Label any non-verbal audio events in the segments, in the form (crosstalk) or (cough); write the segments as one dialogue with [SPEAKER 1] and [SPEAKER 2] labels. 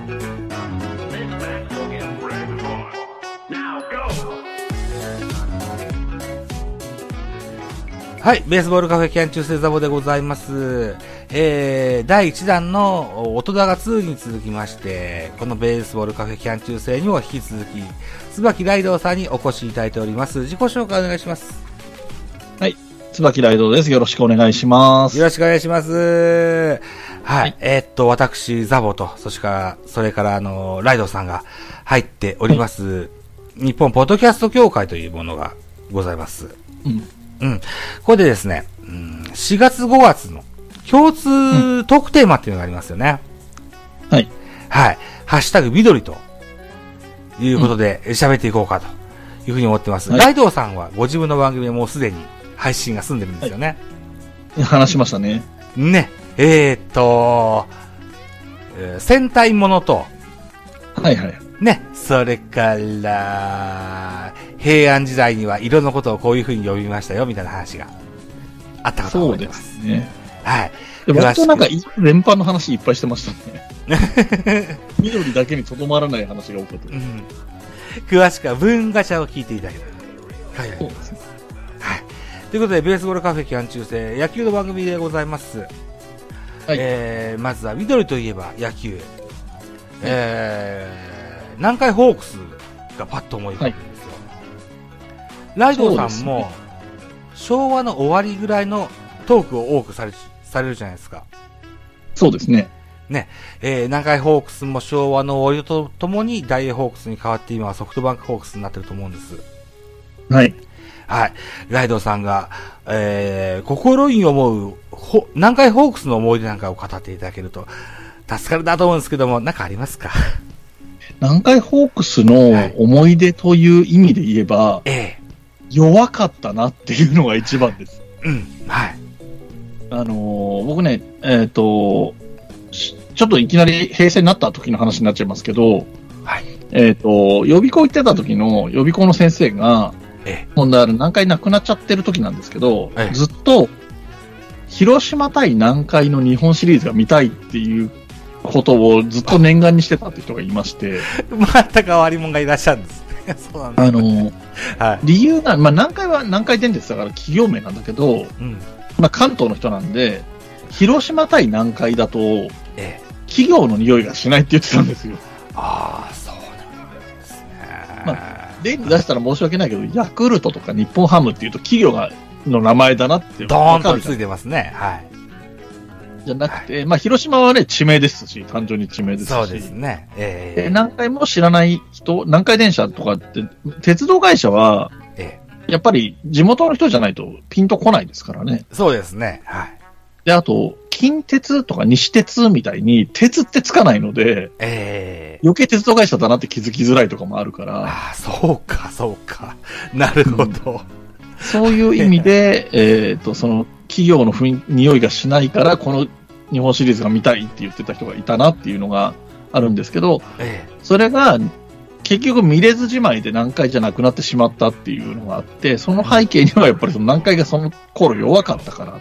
[SPEAKER 1] Miss Maxwell and Fred Vaughn. Now go!
[SPEAKER 2] はい、ベースボールカフェキャン中世ザボでございます。えー、第1弾の大人が2に続きまして、このベースボールカフェキャン中世にも引き続き、椿ライドウさんにお越しいただいております。自己紹介お願いします。
[SPEAKER 3] 椿ライドです。よろしくお願いします。
[SPEAKER 2] よろしくお願いします。はい、えーっと、私、ザボと、そしてから、それから、あの、ライドウさんが入っております、日本ポッドキャスト協会というものがございます。
[SPEAKER 3] うん
[SPEAKER 2] うん。これでですね、うん、4月5月の共通トークテーマっていうのがありますよね。
[SPEAKER 3] はい。
[SPEAKER 2] はい。ハッシュタグ緑ということで喋っていこうかというふうに思ってます。
[SPEAKER 3] はい
[SPEAKER 2] ライドウさんはご自分の番組はもうすでに配信が済んでるんですよね。
[SPEAKER 3] 話しましたね。
[SPEAKER 2] ね。えー、っと、えー戦隊ものと、
[SPEAKER 3] はいはい。
[SPEAKER 2] ね、それから、平安時代には色のことをこういうふうに呼びましたよ、みたいな話があったかと
[SPEAKER 3] そ
[SPEAKER 2] 思
[SPEAKER 3] う
[SPEAKER 2] いま。
[SPEAKER 3] ですすね。
[SPEAKER 2] はい。
[SPEAKER 3] で
[SPEAKER 2] 詳しく
[SPEAKER 3] 割となんか、い連般の話いっぱいしてましたね。緑だけにとどまらない話が多かった
[SPEAKER 2] う
[SPEAKER 3] です。
[SPEAKER 2] ん。詳しくは文ガチャを聞いていただければ。はい、は
[SPEAKER 3] そう
[SPEAKER 2] い
[SPEAKER 3] で。すね。
[SPEAKER 2] はい。ということで、ベースボールカフェ期間中世、野球の番組でございます。
[SPEAKER 3] はい
[SPEAKER 2] えー、まずは、緑といえば野球。えー、南海ホークスがパッと思い浮かぶんですよ。ライドウさんも、
[SPEAKER 3] そうで
[SPEAKER 2] 昭和の終わりぐらいのトークを多くされされるじゃないですか。
[SPEAKER 3] そうですね。
[SPEAKER 2] えー、南海ホークスも昭和の終わりとともにダイエーホークスに変わって今はソフトバンクホークスになってると思うんです。
[SPEAKER 3] はい。
[SPEAKER 2] はい。ライドさんが、えー、心に思う、ほ、南海ホークスの思い出なんかを語っていただけると、助かるなと思うんですけども、なんかありますか
[SPEAKER 3] 南海ホークス
[SPEAKER 2] はい
[SPEAKER 3] の思い出という意味で言えば、
[SPEAKER 2] (laughs) ええ
[SPEAKER 3] 弱かったなっていうのが一番です。
[SPEAKER 2] うん。はい。
[SPEAKER 3] あのー僕ね、えっ、と、しちょっといきなり平成になった時の話になっちゃいますけど、
[SPEAKER 2] はい。
[SPEAKER 3] えっ、と、予備校行ってた時の予備校の先生が、
[SPEAKER 2] え
[SPEAKER 3] もうだから南海なくなっちゃってる時なんですけど、
[SPEAKER 2] ええ
[SPEAKER 3] ずっと、広島対南海の日本シリーズが見たいっていうことをずっと念願にしてたって人がいまして、
[SPEAKER 2] また変わり者がいらっしゃるん (laughs) ですね。そうなんで
[SPEAKER 3] あの、
[SPEAKER 2] す。はい。
[SPEAKER 3] 理由が、まあ南海は南海電鉄だから企業名なんだけど、
[SPEAKER 2] うん。
[SPEAKER 3] まあ関東の人なんで、広島対南海だと、
[SPEAKER 2] ええ
[SPEAKER 3] 企業の匂いがしないって言ってたんですよ。
[SPEAKER 2] ああ、そうなんですね。
[SPEAKER 3] ま例に出したら申し訳ないけど、ヤクルトとか日本ハムっていうと企業が、の名前だなって
[SPEAKER 2] ドーンと
[SPEAKER 3] るじゃ
[SPEAKER 2] ついてますね。はい。
[SPEAKER 3] んじゃなくて、まあ広島はね、地名ですし、単純に地名ですし。
[SPEAKER 2] そうですね。ええ
[SPEAKER 3] で南海も知らない人、南海電車とかって、鉄道会社は、
[SPEAKER 2] え
[SPEAKER 3] やっぱり地元の人じゃないとピンとこないですからね。
[SPEAKER 2] そうですね。はい。
[SPEAKER 3] で、あと、近鉄とか西鉄みたいに、鉄ってつかないので、
[SPEAKER 2] ええ
[SPEAKER 3] 余計鉄道会社だなって気づきづらいとかもあるから、
[SPEAKER 2] ああ、そうか、そうか。なるほど。
[SPEAKER 3] そういう意味で、 (laughs) えっと、その企業の雰囲匂いがしないから、この日本シリーズが見たいって言ってた人がいたなっていうのがあるんですけど、
[SPEAKER 2] ええ
[SPEAKER 3] それが結局見れずじまいで南海じゃなくなってしまったっていうのがあって、その背景にはやっぱりその南海がその頃弱かったからっ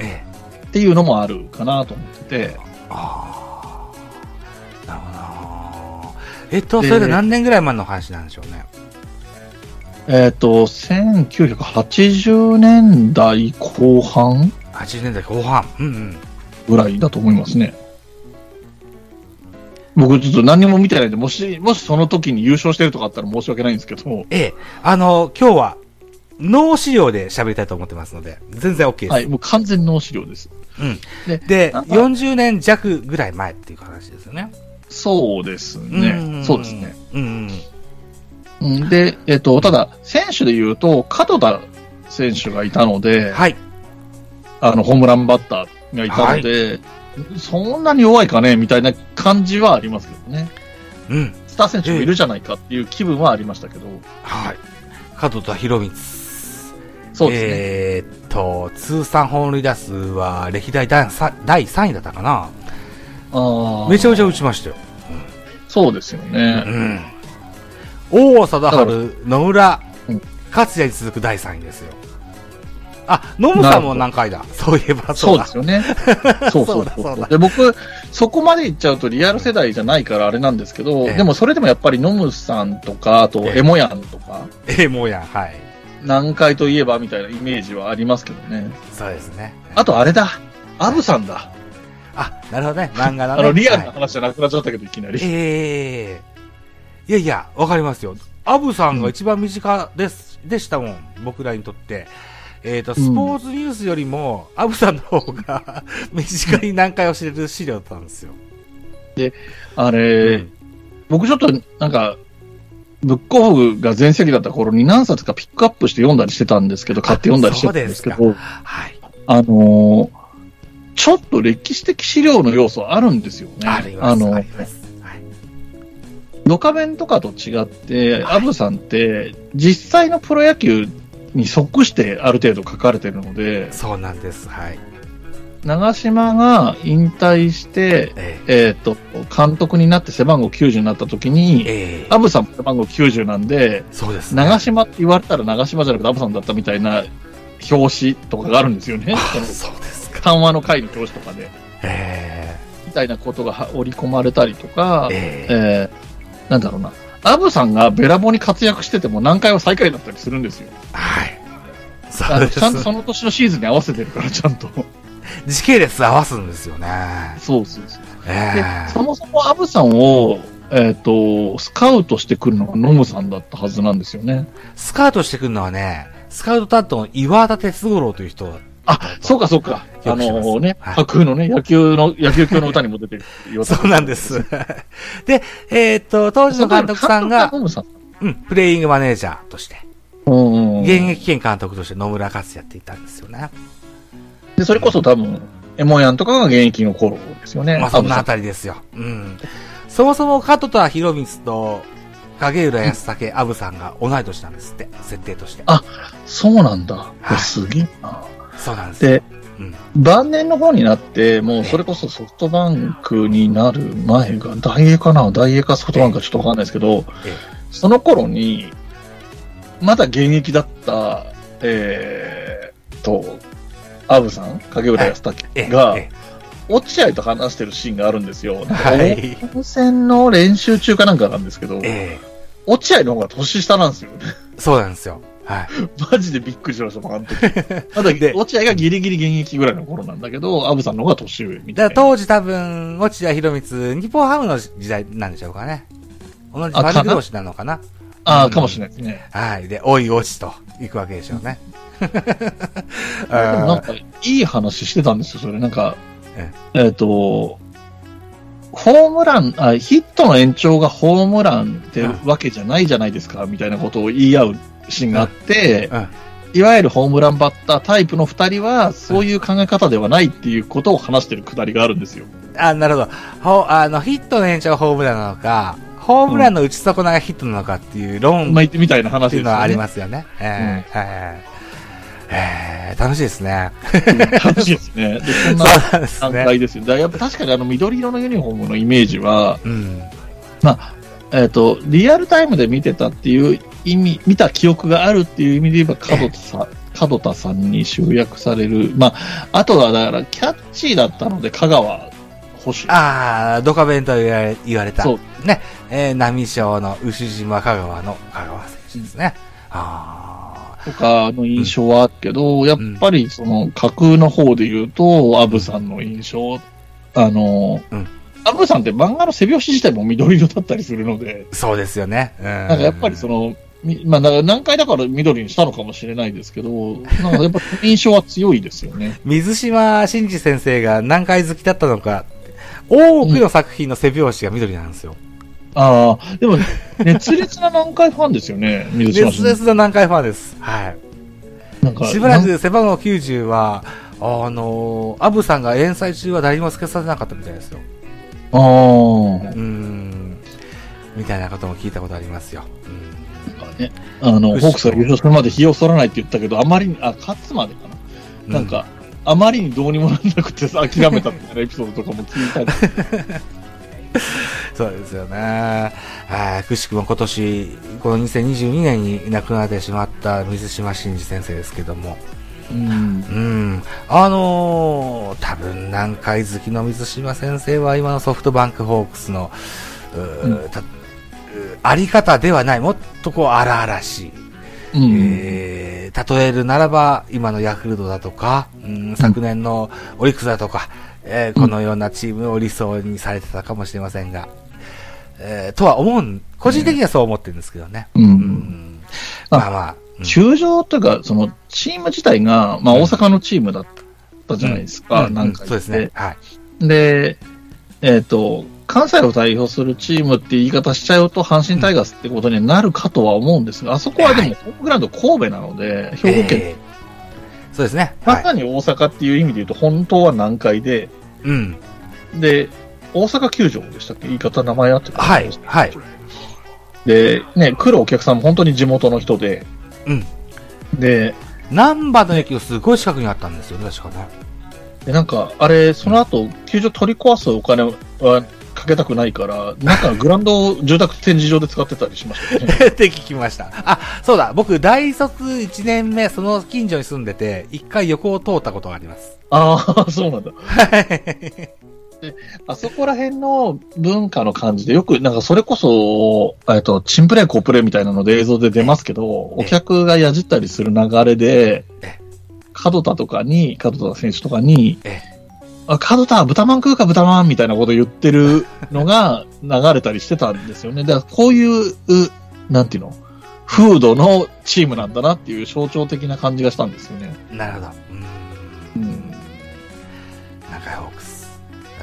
[SPEAKER 2] ええ
[SPEAKER 3] ていうのもあるかなと思ってて、
[SPEAKER 2] ああ。なるほどな。えっと、
[SPEAKER 3] で
[SPEAKER 2] それで何年ぐらい前の話なんでしょうね。
[SPEAKER 3] えっ、と、1980年代後半
[SPEAKER 2] 80年代後半。うんうん。
[SPEAKER 3] ぐらいだと思いますね。僕ちょっと何も見てないんで、もし、もしその時に優勝してるとかあったら申し訳ないんですけど、
[SPEAKER 2] ええ。あの、今日は、脳資料で喋りたいと思ってますので、全然 OK です。
[SPEAKER 3] はい、もう完全脳資料です。
[SPEAKER 2] うん。
[SPEAKER 3] で
[SPEAKER 2] で、
[SPEAKER 3] なんか
[SPEAKER 2] 40年弱ぐらい前っていう話ですよね。
[SPEAKER 3] そうですね。そうですね。。
[SPEAKER 2] うんうん。
[SPEAKER 3] うんで、えっと、ただ、選手で言うと、角田選手がいたので、
[SPEAKER 2] はい。
[SPEAKER 3] あの、ホームランバッターがいたので、そんなに弱いかね、みたいな感じはありますけどね。
[SPEAKER 2] うん。
[SPEAKER 3] スター選手もいるじゃないかっていう気分はありましたけど、
[SPEAKER 2] はい。角田博光。
[SPEAKER 3] そうですね。
[SPEAKER 2] えーっと、通算本塁打数は歴代第3第3位だったかな。
[SPEAKER 3] あー
[SPEAKER 2] めちゃめちゃ打ちましたよ。
[SPEAKER 3] そうですよね。
[SPEAKER 2] うん。王貞治、野村
[SPEAKER 3] うん、
[SPEAKER 2] 勝也に続く第3位ですよ。あ、ノムさんも何回だ。そういえばそ
[SPEAKER 3] そううで
[SPEAKER 2] だ。
[SPEAKER 3] すよね。
[SPEAKER 2] (laughs)
[SPEAKER 3] そうそ
[SPEAKER 2] そ
[SPEAKER 3] うそう
[SPEAKER 2] うだそうだ
[SPEAKER 3] で僕、そこまで行っちゃうとリアル世代じゃないからあれなんですけど、
[SPEAKER 2] ええ
[SPEAKER 3] でもそれでもやっぱりノムさんとか、あと
[SPEAKER 2] ええ
[SPEAKER 3] エモヤンとか、
[SPEAKER 2] ええ、もうやん。はい。
[SPEAKER 3] 南海といえばみたいなイメージはありますけどね。
[SPEAKER 2] そうですね。
[SPEAKER 3] あとあれだ、アブさんだ。
[SPEAKER 2] あ、なるほどね。漫画の
[SPEAKER 3] あ
[SPEAKER 2] ね。
[SPEAKER 3] の、リアル
[SPEAKER 2] は
[SPEAKER 3] ない話じゃなくなっちゃったけど、いきなり。
[SPEAKER 2] ええいやいや、わかりますよ。アブさんが一番身近です、でしたもん。僕らにとって。えっ、と、スポーツニュースよりも、アブさんの方が、 (laughs) 身近に何回を知れる資料だったんですよ。
[SPEAKER 3] あれ、
[SPEAKER 2] うん
[SPEAKER 3] 僕ちょっとなんか、ブックオフが全盛期だった頃に何冊かピックアップして読んだりしてたんですけど、買って読んだりしてたんですけ
[SPEAKER 2] そう
[SPEAKER 3] ど、
[SPEAKER 2] はい。
[SPEAKER 3] あのーちょっと歴史的資料の要素あるんですよね。
[SPEAKER 2] あります。あ
[SPEAKER 3] の
[SPEAKER 2] り、ます。はい。
[SPEAKER 3] ドカベンとかと違って、アブさんって、実際のプロ野球に即してある程度書かれてるので、
[SPEAKER 2] そうなんです。はい。
[SPEAKER 3] 長島が引退して、
[SPEAKER 2] え
[SPEAKER 3] えっ、と、監督になって背番号90になった時
[SPEAKER 2] え
[SPEAKER 3] に、
[SPEAKER 2] ええ
[SPEAKER 3] アブさんも背番号90なんで、
[SPEAKER 2] そうです、ね。
[SPEAKER 3] 長島って言われたら長島じゃなくてアブさんだったみたいな表紙とかがあるんですよね。その
[SPEAKER 2] そうですか。
[SPEAKER 3] 緩和の回の表紙とかで。
[SPEAKER 2] え
[SPEAKER 3] みたいなことがは織り込まれたりとか
[SPEAKER 2] え、ええ
[SPEAKER 3] えーなんだろうな。アブさんがべらぼうに活躍してても何回は最下位だったりするん
[SPEAKER 2] (laughs)
[SPEAKER 3] ですよ。
[SPEAKER 2] はい。そ
[SPEAKER 3] あ
[SPEAKER 2] う
[SPEAKER 3] の
[SPEAKER 2] です
[SPEAKER 3] ちゃんとその年のシーズンに合わせてるから、ちゃん
[SPEAKER 2] (laughs)
[SPEAKER 3] と。
[SPEAKER 2] 時系列合わすんですよね。
[SPEAKER 3] そうそうそう。
[SPEAKER 2] え
[SPEAKER 3] で
[SPEAKER 2] え、
[SPEAKER 3] そもそもアブさんを、えっ、と、スカウトしてくるのがノムさんだったはずなんですよね。
[SPEAKER 2] スカウトしてくるのはね、スカウト担当の岩立哲五郎という人。
[SPEAKER 3] あ、そうかそうか。あ
[SPEAKER 2] よく知ってます
[SPEAKER 3] のね、
[SPEAKER 2] はい
[SPEAKER 3] 架空のね、野球の、野球教の歌にも出て
[SPEAKER 2] (laughs)
[SPEAKER 3] る。
[SPEAKER 2] そうなんです。
[SPEAKER 3] (laughs)
[SPEAKER 2] で、えーっと、当時の監督さんが
[SPEAKER 3] 監督、ノムさん。
[SPEAKER 2] うん、プレイングマネージャーとして、
[SPEAKER 3] うんうんうん
[SPEAKER 2] 現役兼監督として野村克也っていたんですよね。
[SPEAKER 3] で、それこそ多分、エモヤンとかが現役の頃ですよね。
[SPEAKER 2] まあ、そんな
[SPEAKER 3] ア
[SPEAKER 2] あたりですよ。うん。そもそも加藤田博光と影浦安武、アブさんが同い年なんですって、設定として。
[SPEAKER 3] あブさんそうなんだ。い
[SPEAKER 2] はい
[SPEAKER 3] やすげえな。
[SPEAKER 2] そうなんですよ。
[SPEAKER 3] で、
[SPEAKER 2] うん。
[SPEAKER 3] 晩年の方になって、もうそれこそソフトバンクになる前が、大英かな大英かソフトバンクかちょっとわかんないですけど
[SPEAKER 2] ええ、
[SPEAKER 3] その頃に、まだ現役だった、えーっと、アブさん、影浦安
[SPEAKER 2] ええ
[SPEAKER 3] 武が、
[SPEAKER 2] え
[SPEAKER 3] 落合と話してるシーンがあるんですよ。
[SPEAKER 2] はい
[SPEAKER 3] 本戦の練習中かなんかなんですけど
[SPEAKER 2] え、え
[SPEAKER 3] 落合の方が年下なんですよ。
[SPEAKER 2] えそうなんですよ。はい。
[SPEAKER 3] マジでびっくりしました、僕あの時。
[SPEAKER 2] (laughs)
[SPEAKER 3] まだ
[SPEAKER 2] で
[SPEAKER 3] 落合がギリギリ現役ぐらいの頃なんだけど、アブさんの方が年上みた
[SPEAKER 2] だ
[SPEAKER 3] い
[SPEAKER 2] から
[SPEAKER 3] な。
[SPEAKER 2] 当時多分、落合博光、日本ハムの時代なんでしょうかね。同じ
[SPEAKER 3] あ
[SPEAKER 2] マ
[SPEAKER 3] か
[SPEAKER 2] ル
[SPEAKER 3] な
[SPEAKER 2] 同士なのかな。う
[SPEAKER 3] ああ、
[SPEAKER 2] ん
[SPEAKER 3] かもしれないですね。
[SPEAKER 2] はい。で、おい落ちと行くわけでしょうね。 (laughs)
[SPEAKER 3] でもなん
[SPEAKER 2] あ
[SPEAKER 3] か、いい話してたんですよ、それ。なんか
[SPEAKER 2] え、
[SPEAKER 3] えっ、と、ホームランあ、ヒットの延長がホームランってわけじゃないじゃないですか、みたいなことを言い合うシーンがあって、
[SPEAKER 2] うんうん
[SPEAKER 3] いわゆるホームランバッタータイプの2人は、そういう考え方ではないっていうことを話してるくだりがあるんですよ。
[SPEAKER 2] あ、なるほど。ほ、あの、ヒットの延長がホームランなのか、ホームランの打ち損ながヒットなのかっていう論
[SPEAKER 3] まあ、みたいな話
[SPEAKER 2] っ
[SPEAKER 3] で
[SPEAKER 2] ていう
[SPEAKER 3] すよね
[SPEAKER 2] のはあ
[SPEAKER 3] (laughs)
[SPEAKER 2] りますよね。えーえーえー楽しいですね。
[SPEAKER 3] 楽しいですね。で、そ
[SPEAKER 2] (laughs)
[SPEAKER 3] ん
[SPEAKER 2] そ
[SPEAKER 3] な
[SPEAKER 2] うなんです
[SPEAKER 3] 段
[SPEAKER 2] ね。
[SPEAKER 3] 階ですよ。だからやっぱ確かにあの緑色のユニフォームのイメージは、
[SPEAKER 2] うん。
[SPEAKER 3] えっ、と、リアルタイムで見てたっていう意味、見た記憶があるっていう意味で言えば、角
[SPEAKER 2] (laughs)
[SPEAKER 3] 田さん、角田さんに集約される。まあ、あとはだから、キャッチーだったので、香川保守。
[SPEAKER 2] ああ、ドカベンと言われ言われた
[SPEAKER 3] そう。
[SPEAKER 2] ね。えー、波章の牛島香川の香川選手ですね。あ
[SPEAKER 3] とかの印象はあるけど、やっぱりその架空の方で言うと、アブさんの印象、あの、
[SPEAKER 2] うん
[SPEAKER 3] アブさんって漫画の背拍子自体も緑色だったりするので、
[SPEAKER 2] あ、そうですよね。うん。
[SPEAKER 3] なんかやっぱりその、みまあ、なんか何回だから緑にしたのかもしれないですけど、なんかやっぱ印象は強いですよ
[SPEAKER 2] (laughs)
[SPEAKER 3] ね。
[SPEAKER 2] 水島新司先生が何回好きだったのか、多くの作品の背拍子が緑なんですよ。
[SPEAKER 3] ああ、でも、熱烈な南海ファンですよ
[SPEAKER 2] (laughs)
[SPEAKER 3] ね、水島
[SPEAKER 2] 熱
[SPEAKER 3] 氏。
[SPEAKER 2] 烈な南海ファンです。はい。
[SPEAKER 3] なんか、
[SPEAKER 2] しばら
[SPEAKER 3] なん
[SPEAKER 2] く背番号90は、あのーアブさんが連載中は誰にもつけさせなかったみたいですよ。
[SPEAKER 3] あー
[SPEAKER 2] うーん。みたいなことも聞いたことありますよ。うん
[SPEAKER 3] なんかね。あの、
[SPEAKER 2] よし
[SPEAKER 3] ホークスが優勝するまで日を剃らないって言ったけど、あまりに、あ、勝つまでかな。なんか、あまりにどうにもなんなくてさ諦めたみたいなエピソードとかも聞いたり。
[SPEAKER 2] (laughs) そうですよね。はい。くしくも今年、この2022年に亡くなってしまった水島真司先生ですけども。
[SPEAKER 3] うん。
[SPEAKER 2] うん。あのー、多分南海好きの水島先生は今のソフトバンクホークスの、うーたうーあり方ではない、もっとこう荒々しい。
[SPEAKER 3] うん。
[SPEAKER 2] えー例えるならば、今のヤクルトだとか、うん、昨年のオリックスだとか、えーこのようなチームを理想にされてたかもしれませんが、えーとは思うん、個人的にはそう思ってるんですけどね。
[SPEAKER 3] うん
[SPEAKER 2] うんまあまあ、うん
[SPEAKER 3] 球場というか、その、チーム自体が、まあ、大阪のチームだったじゃないですか、
[SPEAKER 2] うん
[SPEAKER 3] なん
[SPEAKER 2] う
[SPEAKER 3] か
[SPEAKER 2] んそうですね。はい。
[SPEAKER 3] で、えっ、と、関西を代表するチームって言い方しちゃうと、阪神タイガースってことになるかとは思うんですが、あそこはで
[SPEAKER 2] は
[SPEAKER 3] も、ホームグラウンド神戸なので、兵庫県、
[SPEAKER 2] えーそうですね。
[SPEAKER 3] ま
[SPEAKER 2] は
[SPEAKER 3] さに大阪っていう意味で言うと、本当は南海で、
[SPEAKER 2] い。うん。
[SPEAKER 3] で、大阪球場でしたっけ言い方、名前あってた
[SPEAKER 2] はい。はい。
[SPEAKER 3] で、ね、来るお客さんも本当に地元の人で、
[SPEAKER 2] うん。
[SPEAKER 3] で、
[SPEAKER 2] 難波の駅のすごい近くにあったんですよね、確かね。
[SPEAKER 3] でなんか、あれ、その後、球場取り壊すお金はかけたくないから、なんかグラウンドを住宅展示場で使ってたりしましたよね。
[SPEAKER 2] (laughs) って聞きました。あ、そうだ、僕、大卒1年目、その近所に住んでて、一回横を通ったことがあります。 (laughs)
[SPEAKER 3] ああ、そうなんだ。で (laughs) あそこら辺の文化の感じで、よく、なんかそれこそ、えっと、チンプレー、コプレーみたいなので映像で出ますけど、
[SPEAKER 2] ええ
[SPEAKER 3] お客がやじったりする流れで
[SPEAKER 2] え、
[SPEAKER 3] 角田とかに、角田選手とかに
[SPEAKER 2] ええ、
[SPEAKER 3] あ角田、豚まん食うか豚まんみたいなこと言っ
[SPEAKER 2] (laughs)
[SPEAKER 3] てるのが流れたりしてたんですよね。だからこういう、うなんていうのフードのチームなんだなっていう象徴的な感じがしたんですよね。
[SPEAKER 2] なるほど。うー。
[SPEAKER 3] うんん
[SPEAKER 2] 中井ホークス。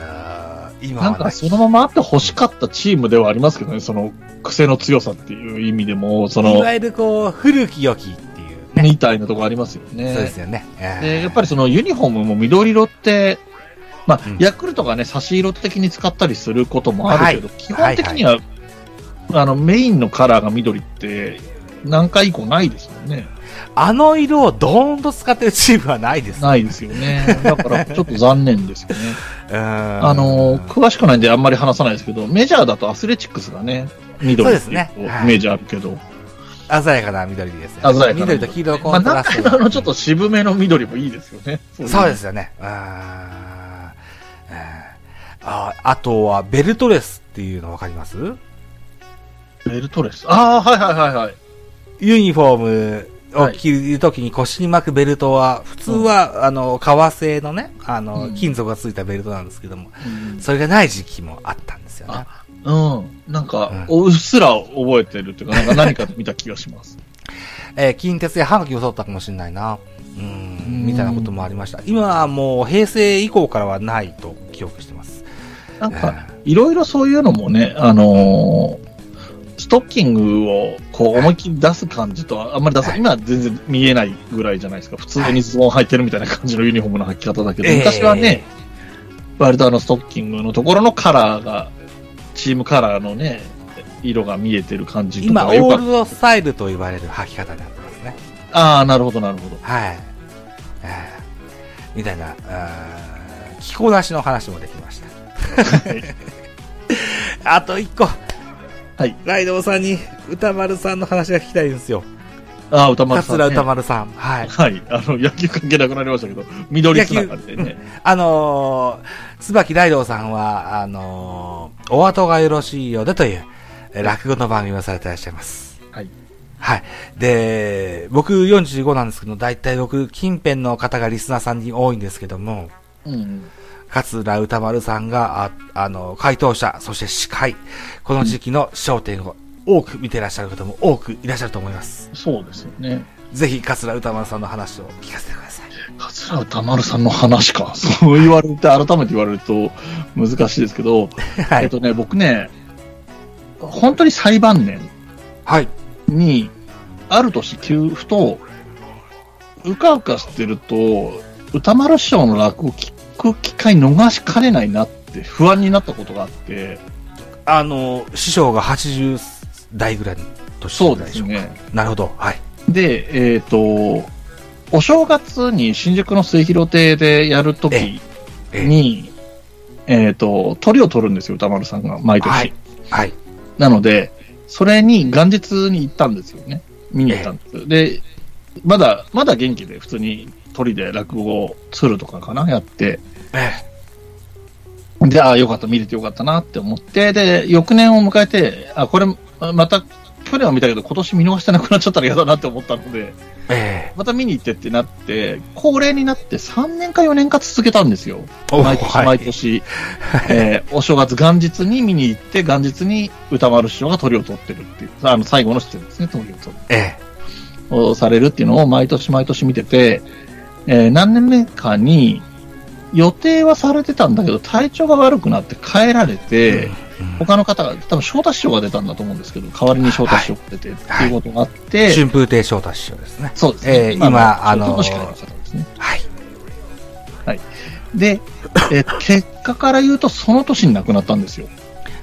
[SPEAKER 2] あー今
[SPEAKER 3] な
[SPEAKER 2] は
[SPEAKER 3] んか
[SPEAKER 2] ね
[SPEAKER 3] そのままあって欲しかったチームではありますけどね、その癖の強さっていう意味でも、そ
[SPEAKER 2] い
[SPEAKER 3] の、
[SPEAKER 2] わゆるこう、古き良きっていうね。
[SPEAKER 3] みたいなとこありますよね。
[SPEAKER 2] そうですよね。
[SPEAKER 3] でやっ
[SPEAKER 2] り、
[SPEAKER 3] ぱりそのユニフォームも緑色って、まあ、
[SPEAKER 2] うん
[SPEAKER 3] ヤクルトがね、差し色的に使ったりすることもあるけど、基本的には、あの、メインのカラーが緑って、何回以降ないですよね。
[SPEAKER 2] あの色をどーンと使ってるチームはないです。
[SPEAKER 3] ないですよね。
[SPEAKER 2] (laughs)
[SPEAKER 3] だから、ちょっと残念ですよね。
[SPEAKER 2] あ
[SPEAKER 3] あの、詳しくないんであんまり話さないですけど、メジャーだとアスレチックスがね、緑って
[SPEAKER 2] そうですね
[SPEAKER 3] こ
[SPEAKER 2] はい
[SPEAKER 3] メジャーあるけど、
[SPEAKER 2] 鮮やかな緑ですよね。
[SPEAKER 3] 鮮やかな緑
[SPEAKER 2] 緑と黄色のコ
[SPEAKER 3] まあ、
[SPEAKER 2] ントラ
[SPEAKER 3] 中
[SPEAKER 2] スト
[SPEAKER 3] 井の
[SPEAKER 2] が。
[SPEAKER 3] あのちょっと渋めの緑もいいですよね。そ。
[SPEAKER 2] そうですすよね。あーうんあーあとは、ベルトレスっていうのわかります
[SPEAKER 3] ベルトレス。ああ、はいはいはいはい。
[SPEAKER 2] ユニフォームを着るときに腰に巻くベルトは、普通は、あの、革製のね、あの、
[SPEAKER 3] うん
[SPEAKER 2] 金属がついたベルトなんですけども、それがない時期もあったんですよね。
[SPEAKER 3] うん。なん
[SPEAKER 2] うん
[SPEAKER 3] か、うっすら覚えてるっていうか、なんか何か見た気が
[SPEAKER 2] (laughs)
[SPEAKER 3] します。
[SPEAKER 2] えー近鉄や歯茎を取ったかもしれないな。うん、
[SPEAKER 3] うん
[SPEAKER 2] みたいなこともありました。今はもう平成以降からはないと記憶してます。
[SPEAKER 3] なんか、いろいろそういうのもね、あのーストッキングをこう思いっきり出す感じとはあんまり出さ、
[SPEAKER 2] はい
[SPEAKER 3] 今は全然見えないぐらいじゃないですか。普通にズボン履いてるみたいな感じのユニフォームの履き方だけど、昔はね、割とあのストッキングのところのカラーが、チームカラーのね、色が見えてる感
[SPEAKER 2] え
[SPEAKER 3] じ
[SPEAKER 2] ー、
[SPEAKER 3] とか
[SPEAKER 2] 今、オ
[SPEAKER 3] がよくあ
[SPEAKER 2] ー
[SPEAKER 3] る
[SPEAKER 2] ルドスタイルと言われる履き方になってますね。
[SPEAKER 3] ああ、なるほど、なるほど。
[SPEAKER 2] はい。えーみたいな、あー着こなしの話もできました。あと一個。
[SPEAKER 3] はい。
[SPEAKER 2] ライドウさんに歌丸さんの話が聞きたいんですよ。
[SPEAKER 3] ああ、歌丸さん、
[SPEAKER 2] 桂
[SPEAKER 3] ね。
[SPEAKER 2] 歌丸さん。はい。
[SPEAKER 3] はい。あの、野球関係なくなりましたけど、緑つながりで
[SPEAKER 2] 野球
[SPEAKER 3] ね。
[SPEAKER 2] あのー、椿ライドウさんは、あのー、お後がよろしいようでという、え落語の番組をされていらっしゃいます。
[SPEAKER 3] はい。
[SPEAKER 2] はい。で、僕45なんですけど、だいたい僕近辺の方がリスナーさんに多いんですけども、
[SPEAKER 3] うん。
[SPEAKER 2] 桂歌丸さんが、ああの、回答者、そして司会、この時期の焦点を多く見てらっしゃる方も多くいらっしゃると思います。
[SPEAKER 3] そうですよね。
[SPEAKER 2] ぜひ、桂歌丸さんの話を聞かせてください。
[SPEAKER 3] 桂歌丸さんの話か。 (laughs) そう言われて、改めて言われると難しいですけど、
[SPEAKER 2] は
[SPEAKER 3] えっ
[SPEAKER 2] い。
[SPEAKER 3] とね、僕ね、本当に裁判年
[SPEAKER 2] はい。
[SPEAKER 3] に、ある年、急、ふと、うかうかしてると、歌丸師匠の落語を聞く機会逃しかねないなって不安になったことがあって、
[SPEAKER 2] あの、師匠が80代ぐらいのとして
[SPEAKER 3] そう
[SPEAKER 2] るん
[SPEAKER 3] で
[SPEAKER 2] でし
[SPEAKER 3] す
[SPEAKER 2] ょうか。
[SPEAKER 3] ね。
[SPEAKER 2] なるほど。はい。
[SPEAKER 3] で、えっ、と、お正月に新宿の末広亭でやるとき
[SPEAKER 2] ええ
[SPEAKER 3] に、えっ、と、鳥を取るんですよ、歌丸さんが、毎年。
[SPEAKER 2] はい。はい。
[SPEAKER 3] なので、それに元日に行ったんですよね。見に行ったんです。で、まだ、まだ元気で、普通に鳥で落語、鶴とかかな、やって。
[SPEAKER 2] ええ
[SPEAKER 3] で、ああ、よかった、見れてよかったなって思って、で、翌年を迎えて、あ、これ、また、去年は見たけど、今年見逃してなくなっちゃったら嫌だなって思ったので、
[SPEAKER 2] ええ
[SPEAKER 3] また見に行ってってなって、恒例になって3年か4年か続けたんですよ。
[SPEAKER 2] お
[SPEAKER 3] 毎年
[SPEAKER 2] はい
[SPEAKER 3] 毎年、えーお正月元日に見に行って、元日に歌丸師匠が鳥を取ってるっていう、あの、最後の出演ですね、鳥を取
[SPEAKER 2] ええ
[SPEAKER 3] をされるっていうのを毎年毎年見てて、えー何年目かに、予定はされてたんだけど、体調が悪くなって帰られて、
[SPEAKER 2] うん
[SPEAKER 3] 他の方が、多分翔太師匠が出たんだと思うんですけど、代わりに翔太師匠が出てっていうことがあって、
[SPEAKER 2] 春風亭昇太師匠ですね。
[SPEAKER 3] そうですね。
[SPEAKER 2] えー今あの
[SPEAKER 3] ちょっと司会の方ですね。
[SPEAKER 2] はい。
[SPEAKER 3] で、えー結果から言うと、その年に亡くなったんですよ。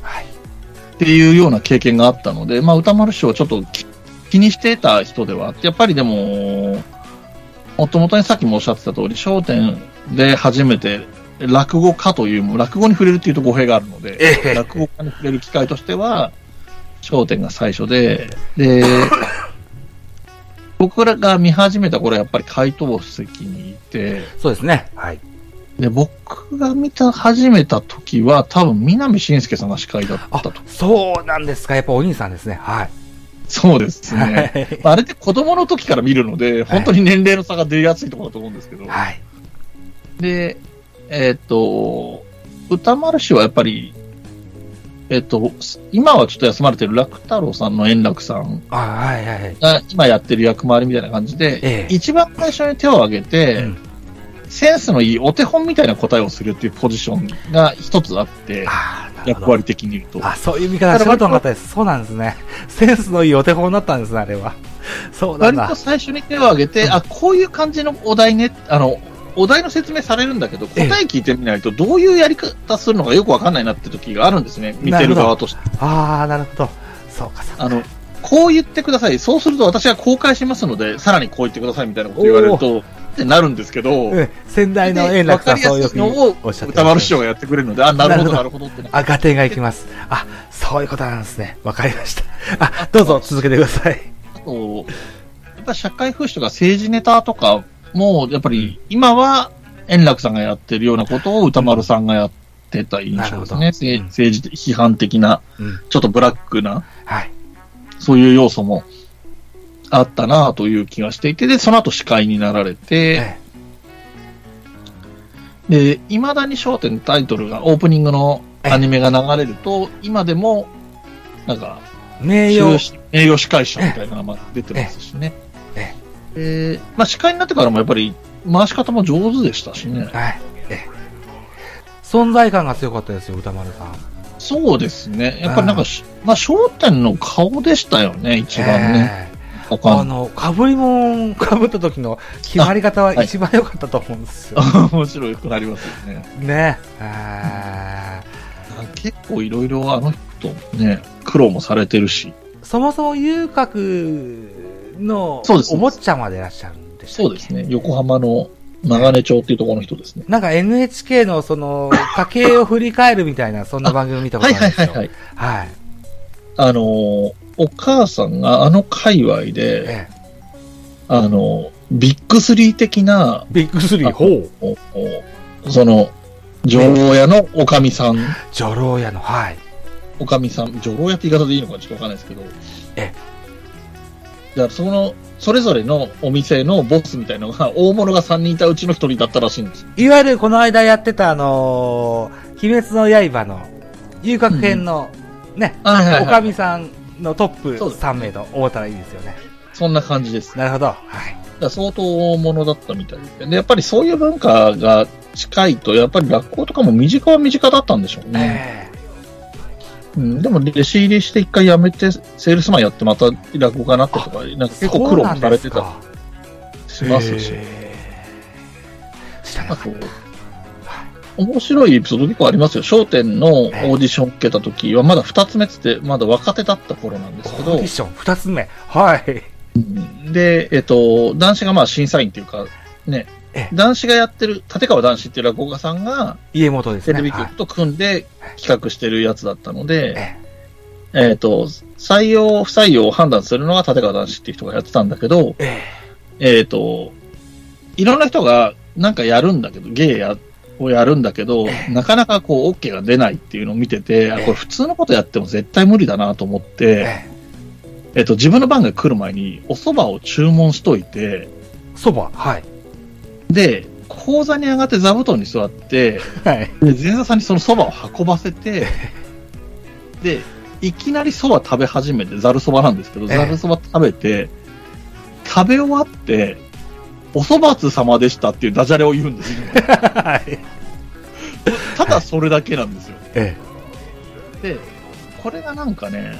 [SPEAKER 2] はい。
[SPEAKER 3] っていうような経験があったので、まあ、歌丸師匠はちょっと気気にしてた人ではあって、やっぱりでも、もともとにさっきもおっしゃってた通り、笑点で初めて落語家という、落語に触れるっていうと語弊があるので、
[SPEAKER 2] ええ
[SPEAKER 3] 落語家に触れる機会としては、笑点が最初で、で、僕らが見始めた頃はやっぱり回答席にいて、
[SPEAKER 2] そうですね。はい。
[SPEAKER 3] で、僕が見た、始めた時は、多分、南信介さんが司会だった
[SPEAKER 2] あ
[SPEAKER 3] と。、
[SPEAKER 2] そうなんですか。やっぱお兄さんですね。はい。
[SPEAKER 3] そうですね。
[SPEAKER 2] はい
[SPEAKER 3] あれって子供の時から見るので、本当に年齢の差が出やすいところだと思うんですけど。
[SPEAKER 2] はい。
[SPEAKER 3] で、えっ、と、歌丸氏はやっぱり、えっ、と、今はちょっと休まれてる楽太郎さんの円楽さん
[SPEAKER 2] あ、はいはいはい。
[SPEAKER 3] が今やってる役回りみたいな感じで、
[SPEAKER 2] ええ
[SPEAKER 3] 一番最初に手を挙げて、
[SPEAKER 2] うん
[SPEAKER 3] センスのいいお手本みたいな答えをするっていうポジションが一つあって、
[SPEAKER 2] あーなるほ
[SPEAKER 3] 役
[SPEAKER 2] ど。
[SPEAKER 3] 割的に言うと。
[SPEAKER 2] あ、そういう見方知らなかったです。そうなんですね。 (laughs) センスのいいお手本だったんですね、あれは。そうなん
[SPEAKER 3] 割
[SPEAKER 2] だ
[SPEAKER 3] と。最初に手を挙げて、あ、こういう感じのお題ね、あの、お題の説明されるんだけど、答
[SPEAKER 2] ええ
[SPEAKER 3] え聞いてみないと、どういうやり方するのかよくわかんないなって時があるんですね。見てる側として。
[SPEAKER 2] ああ、なるほど。そうか、そうか。
[SPEAKER 3] あの、こう言ってください。そうすると私が公開しますので、さらにこう言ってくださいみたいなこと言われると、ってなるんですけど、
[SPEAKER 2] うん、先代の
[SPEAKER 3] で
[SPEAKER 2] 円
[SPEAKER 3] わ
[SPEAKER 2] 楽
[SPEAKER 3] か
[SPEAKER 2] さん、
[SPEAKER 3] りや
[SPEAKER 2] そうよ
[SPEAKER 3] すい
[SPEAKER 2] く
[SPEAKER 3] のを
[SPEAKER 2] おっしゃって
[SPEAKER 3] 歌丸師匠
[SPEAKER 2] が。
[SPEAKER 3] がやってくれるので、あ、なるほど、
[SPEAKER 2] な
[SPEAKER 3] な
[SPEAKER 2] る
[SPEAKER 3] るほどってな
[SPEAKER 2] あ、合点がいきます。あ、そういうことなんですね。わかりました。あ、どうぞ続けてください。
[SPEAKER 3] あと、やっぱ社会風刺とか政治ネタとかも、やっぱり今は円楽さんがやってるようなことを歌丸さんがやってた印象で
[SPEAKER 2] な
[SPEAKER 3] す
[SPEAKER 2] るほ
[SPEAKER 3] ね。
[SPEAKER 2] ど
[SPEAKER 3] せ
[SPEAKER 2] うん
[SPEAKER 3] 政治批判的な、
[SPEAKER 2] うん。
[SPEAKER 3] ちょっとブラックな、
[SPEAKER 2] はい。
[SPEAKER 3] そういう要素もあったなという気がしていて、で、その後司会になられて、
[SPEAKER 2] え
[SPEAKER 3] で、未だに焦点タイトルが、オープニングのアニメが流れると、今でも、なんか、
[SPEAKER 2] え名誉、
[SPEAKER 3] 栄養司会者みたいなのが出てますしね。
[SPEAKER 2] え
[SPEAKER 3] えーまあ、司会になってからもやっぱり回し方も上手でしたしね。
[SPEAKER 2] はい。ええ存在感が強かったですよ、歌丸さん。
[SPEAKER 3] そうですね。やっぱりなんかし、まあ、焦点の顔でしたよね、一番ね。
[SPEAKER 2] ええ
[SPEAKER 3] わか
[SPEAKER 2] あ
[SPEAKER 3] んない
[SPEAKER 2] の、かぶりもんかぶった時の決まり方は一番良かったと思うんです
[SPEAKER 3] (laughs)
[SPEAKER 2] よ。
[SPEAKER 3] 面白くなりますよね。
[SPEAKER 2] ね。ええ
[SPEAKER 3] 結構いろいろあの人ね、苦労もされてるし。
[SPEAKER 2] そもそも遊郭の
[SPEAKER 3] そうです
[SPEAKER 2] お坊ちゃまでいらっしゃるんでしたっ
[SPEAKER 3] そうですね。横浜の長根町っていうところの人ですね。
[SPEAKER 2] なんか NHK のその、家計を振り返るみたいな、そんな番組見たこ
[SPEAKER 3] は
[SPEAKER 2] と
[SPEAKER 3] い
[SPEAKER 2] あるん
[SPEAKER 3] はい
[SPEAKER 2] です
[SPEAKER 3] は
[SPEAKER 2] よ。
[SPEAKER 3] いはい。
[SPEAKER 2] はい。
[SPEAKER 3] あのーお母さんがあの界隈で、
[SPEAKER 2] ええ
[SPEAKER 3] あのービッグスリー的な
[SPEAKER 2] ビッグスリー、
[SPEAKER 3] あ
[SPEAKER 2] ほう。
[SPEAKER 3] おおその、女郎屋のおかみさん、
[SPEAKER 2] 女郎屋の、はい。
[SPEAKER 3] おかみさん、女郎屋って言い方でいいのかちょっとわかんないですけど、
[SPEAKER 2] え
[SPEAKER 3] だからその、それぞれのお店のボスみたいのが、大物が3人いたうちの1人だったらしいんですよ。
[SPEAKER 2] いわゆるこの間やってたあのー鬼滅の刃の遊郭編の、ね、
[SPEAKER 3] はい
[SPEAKER 2] おかみさんのトップ
[SPEAKER 3] そうです
[SPEAKER 2] 3名と思ったらいいですよね。
[SPEAKER 3] そんな感じです。だか
[SPEAKER 2] なるほど。はい。
[SPEAKER 3] ら相当大物だったみたいで。で、やっぱりそういう文化が近いと、やっぱり学校とかも身近は身近だったんでしょうね。
[SPEAKER 2] え
[SPEAKER 3] うん、でも、弟子入りして一回辞めて、セールスマンやってまた落語家になってとか、なんか
[SPEAKER 2] え
[SPEAKER 3] 結構苦労もされて
[SPEAKER 2] そう
[SPEAKER 3] た
[SPEAKER 2] なんで
[SPEAKER 3] りしますし。
[SPEAKER 2] かへえ知らな
[SPEAKER 3] あ
[SPEAKER 2] か
[SPEAKER 3] と
[SPEAKER 2] った。はい
[SPEAKER 3] 面白いエピソード結構ありますよ。商店のオーディション受けた時は、まだ二つ目っつって、まだ若手だった頃なんですけ
[SPEAKER 2] オー
[SPEAKER 3] ど
[SPEAKER 2] ディ、ション二つ目。はい。
[SPEAKER 3] で、えっと、男子がまあ審査員っていうか、ね
[SPEAKER 2] ええ、
[SPEAKER 3] 男子がやってる、立川男子っていう落語家さんが、
[SPEAKER 2] 家元です
[SPEAKER 3] テ
[SPEAKER 2] ね。
[SPEAKER 3] レビ
[SPEAKER 2] はい
[SPEAKER 3] 局と組んで企画してるやつだったので、
[SPEAKER 2] え
[SPEAKER 3] えっと、採用、不採用を判断するのが立川男子っていう人がやってたんだけど、
[SPEAKER 2] ええ
[SPEAKER 3] えっ、と、いろんな人がなんかやるんだけど、芸やをやるんだ
[SPEAKER 2] (laughs)
[SPEAKER 3] けど、なかなかこう、OK が出ないっていうのを見てて、あこれ普通のことやっても絶対無理だなと思っ
[SPEAKER 2] え
[SPEAKER 3] て、
[SPEAKER 2] え
[SPEAKER 3] えっ、と、自分の番が来る前にお蕎麦を注文しといて、
[SPEAKER 2] そば。はい。
[SPEAKER 3] で、講座に上がって座布団に座って、
[SPEAKER 2] はい。
[SPEAKER 3] で前座さんにその蕎麦を運ばせ
[SPEAKER 2] (laughs)
[SPEAKER 3] て、で、いきなり蕎麦食べ始めて、ざる蕎麦なんですけど、
[SPEAKER 2] ええ
[SPEAKER 3] ざる蕎麦食べて、食べ終わって、お蕎麦つ様でしたっていうダジャレを言うんですよ。
[SPEAKER 2] (laughs) はい。
[SPEAKER 3] ただそれだけなんですよ。
[SPEAKER 2] え
[SPEAKER 3] で、これがなんかね、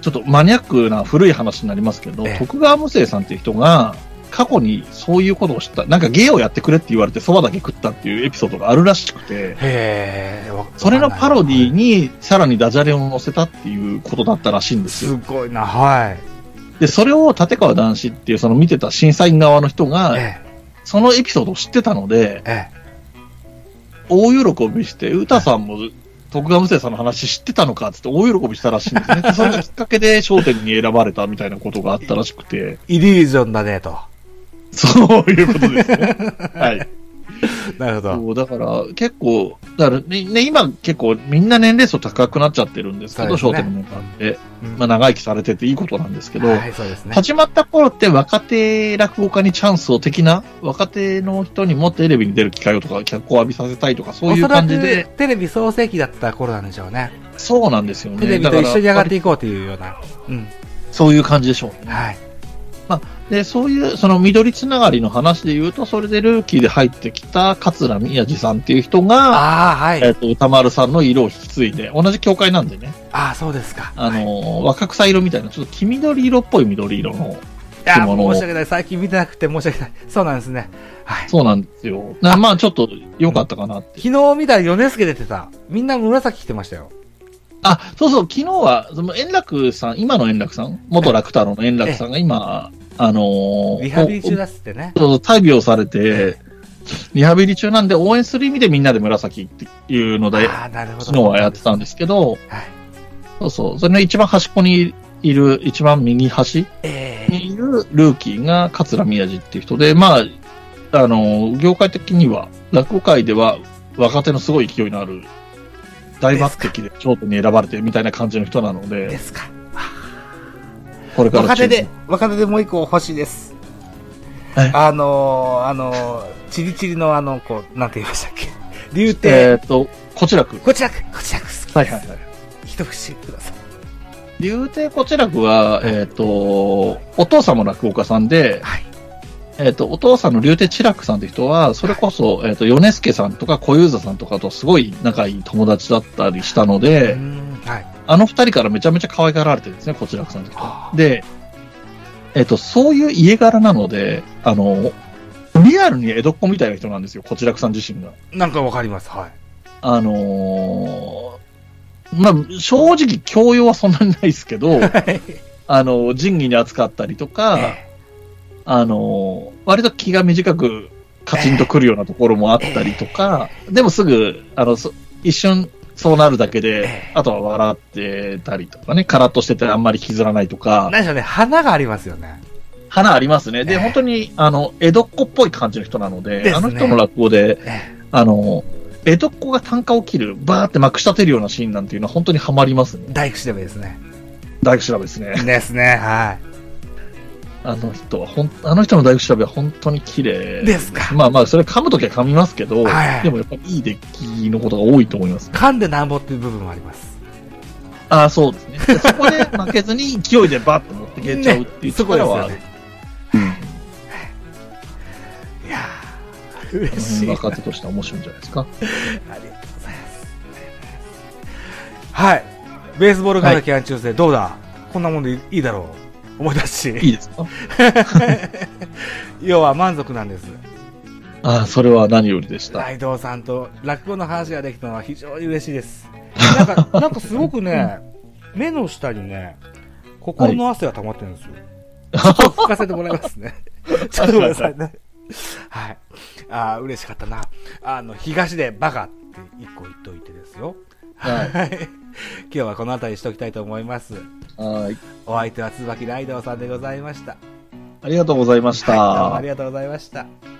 [SPEAKER 3] ちょっとマニアックな古い話になりますけど
[SPEAKER 2] ええ、
[SPEAKER 3] 徳川無生さんっていう人が、過去にそういうことを知った、なんか芸をやってくれって言われて蕎麦だけ食ったっていうエピソードがあるらしくて、
[SPEAKER 2] え。へえ。わ
[SPEAKER 3] それのパロディーにさらにダジャレを載せたっていうことだったらしいんです
[SPEAKER 2] す
[SPEAKER 3] よ。
[SPEAKER 2] ごいな。はい。
[SPEAKER 3] で、それを立川談志っていうその見てた審査員側の人が、
[SPEAKER 2] え
[SPEAKER 3] そのエピソードを知ってたので
[SPEAKER 2] え。、え
[SPEAKER 3] 大喜びして、歌さんも徳川無生さんの話知ってたのかっつって大喜びしたらしいんです
[SPEAKER 2] (laughs)
[SPEAKER 3] ね。でそれがきっかけで商店に選ばれたみたいなことがあったらし
[SPEAKER 2] (laughs)
[SPEAKER 3] くて、
[SPEAKER 2] え。イリュージョンだね、と。
[SPEAKER 3] そういうことです
[SPEAKER 2] (laughs)
[SPEAKER 3] ね。はい。
[SPEAKER 2] なるほど。
[SPEAKER 3] そうだから、結構、だからね、ね今結構みんな年齢層高くなっちゃってるんですけど、
[SPEAKER 2] そう
[SPEAKER 3] 商
[SPEAKER 2] です
[SPEAKER 3] 店
[SPEAKER 2] ね
[SPEAKER 3] のメンバーって。
[SPEAKER 2] うん
[SPEAKER 3] まあ、長生きされてていいことなんですけど、
[SPEAKER 2] はい、そうですね。
[SPEAKER 3] 始まった頃って若手落語家にチャンスを的な、若手の人にもテレビに出る機会をとか、脚光を浴びさせたいとか、そう
[SPEAKER 2] お
[SPEAKER 3] い
[SPEAKER 2] そうら
[SPEAKER 3] 感じで
[SPEAKER 2] く、テレビ創世期だった頃なんでしょうね。
[SPEAKER 3] そうなんですよね。
[SPEAKER 2] テレビと一緒に上がって
[SPEAKER 3] だ
[SPEAKER 2] いこうというような。うん。
[SPEAKER 3] からそういう感じでしょうね。
[SPEAKER 2] はい。
[SPEAKER 3] で、そういう、その緑つながりの話で言うと、それでルーキーで入ってきた桂宮治さんっていう人が、
[SPEAKER 2] ああ、はい。
[SPEAKER 3] えっ、
[SPEAKER 2] あ
[SPEAKER 3] と、歌丸さんの色を引き継いで、同じ教会なんでね、
[SPEAKER 2] あー、そうですか。
[SPEAKER 3] あのー若草色みたいな、ちょっと黄緑色っぽい緑色の、
[SPEAKER 2] いや、
[SPEAKER 3] 着物を
[SPEAKER 2] 申し訳ない。最近見てなくて申し訳ない。そうなんですね。はい。
[SPEAKER 3] そうなんですよ。なまあ、ちょっと良かったかなって
[SPEAKER 2] 昨日見たら米助出てた。みんな紫着てましたよ。
[SPEAKER 3] あ、そうそう、昨日は、その円楽さん、今の円楽さん、元楽太郎の円楽さんが今、あのー
[SPEAKER 2] リハビリ中
[SPEAKER 3] お
[SPEAKER 2] だっつってね。
[SPEAKER 3] そうそう大病されて、リハビリ中なんで応援する意味でみんなで紫っていうので、
[SPEAKER 2] ああ、なるほど。
[SPEAKER 3] 昨日はやってたんですけど、
[SPEAKER 2] はい。
[SPEAKER 3] そうそう、それの一番端っこにいる、一番右端
[SPEAKER 2] ええ
[SPEAKER 3] にいるルーキーが桂宮治っていう人で、まあ、あのー業界的には、落語界では若手のすごい勢いのある、大抜擢で頂点に選ばれてみたいな感じの人なので、
[SPEAKER 2] ですか。
[SPEAKER 3] これから
[SPEAKER 2] 若手
[SPEAKER 3] 注
[SPEAKER 2] で
[SPEAKER 3] 目、
[SPEAKER 2] 若手でもう一個欲しいです
[SPEAKER 3] え。
[SPEAKER 2] あのー、あのー、チリチリのあの、こう、なんて言いましたっけ。竜亭。
[SPEAKER 3] えーっと、こちらく。
[SPEAKER 2] こちらく、こちらく、
[SPEAKER 3] はいはいはい。
[SPEAKER 2] 一節ください。
[SPEAKER 3] 竜亭こちらくは、えーっと、お父さんも落語家さんで、
[SPEAKER 2] はい。
[SPEAKER 3] えーっと、お父さんの竜亭ちらくさんって人は、それこそ、えーっと、米助さんとか小遊三さんとかとすごい仲いい友達だったりしたの
[SPEAKER 2] う
[SPEAKER 3] で、
[SPEAKER 2] ん、はい。
[SPEAKER 3] あの二人からめちゃめちゃ可愛がられてるんですね、こちらくさんって人。
[SPEAKER 2] あ
[SPEAKER 3] で、えーっと、そういう家柄なので、あの、リアルに江戸っ子みたいな人なんですよ、こちらくさん自身が。
[SPEAKER 2] ーなんかわかります。はい。
[SPEAKER 3] あのーまあ、正直、教養はそんなにないです
[SPEAKER 2] (laughs)
[SPEAKER 3] けど、あの、仁義に扱ったりとか、
[SPEAKER 2] え
[SPEAKER 3] あのー割と気が短くカチンとくるようなところもあったりとか、でもすぐ、あの、そ一瞬そうなるだけで
[SPEAKER 2] ええ、
[SPEAKER 3] あとは笑ってたりとかね、カラッとしててあんまり引きずらないと
[SPEAKER 2] ー
[SPEAKER 3] か、
[SPEAKER 2] なんでしょうね、花がありますよね。
[SPEAKER 3] 花ありますね。
[SPEAKER 2] ええ
[SPEAKER 3] で、本当に、あの、江戸っ子っぽい感じの人なので、
[SPEAKER 2] ですね
[SPEAKER 3] あの人の落語で、
[SPEAKER 2] え
[SPEAKER 3] あの、江戸っ子が単価を切る、バーってまくし立てるようなシーンなんていうのは本当にハマりますね。
[SPEAKER 2] ー大工調べですね。
[SPEAKER 3] 大工調べですね。
[SPEAKER 2] ですね、は
[SPEAKER 3] (laughs) あの人はほん、あの人の大工調べは本当に綺麗
[SPEAKER 2] い。ですか。
[SPEAKER 3] まあまあ、それ噛むときは噛みますけど、
[SPEAKER 2] はい
[SPEAKER 3] でもやっぱいいデッキのことが多いと思います。
[SPEAKER 2] 噛んでなんぼっていう部分もあります。
[SPEAKER 3] ああ、そうですね。でそこで負けずに勢いでバッと持っていけちゃうってい
[SPEAKER 2] ね
[SPEAKER 3] う
[SPEAKER 2] そこで
[SPEAKER 3] 力
[SPEAKER 2] す
[SPEAKER 3] はあ
[SPEAKER 2] よ
[SPEAKER 3] る。
[SPEAKER 2] ね。いやー嬉しい
[SPEAKER 3] うん
[SPEAKER 2] な。
[SPEAKER 3] 若手としては面白いんじゃないですか。
[SPEAKER 2] ありがとうございます。はい。ベースボールカラキャン中世、どうだこんなもんでいいいだろう。思い出すし。
[SPEAKER 3] いいですか
[SPEAKER 2] 要は満足なんです。
[SPEAKER 3] ああ、それは何よりでした。
[SPEAKER 2] ライドウさんと落語の話ができたのは非常に嬉しいです。なんか、なんかすごくね、目の下にね、心の汗が溜まってるんですよ。ちょっと吹かせてもらいますね。ちょっとごめんなさいね。はい。ああ、嬉しかったな。あの、東でバカって一個言っといてですよ。
[SPEAKER 3] は
[SPEAKER 2] はいい。今日はこの辺りにしておきたいと思います。
[SPEAKER 3] はい。
[SPEAKER 2] お相手は椿ライドウさんでございました。
[SPEAKER 3] ありがとうございました。
[SPEAKER 2] はい、どうもありがとうございました。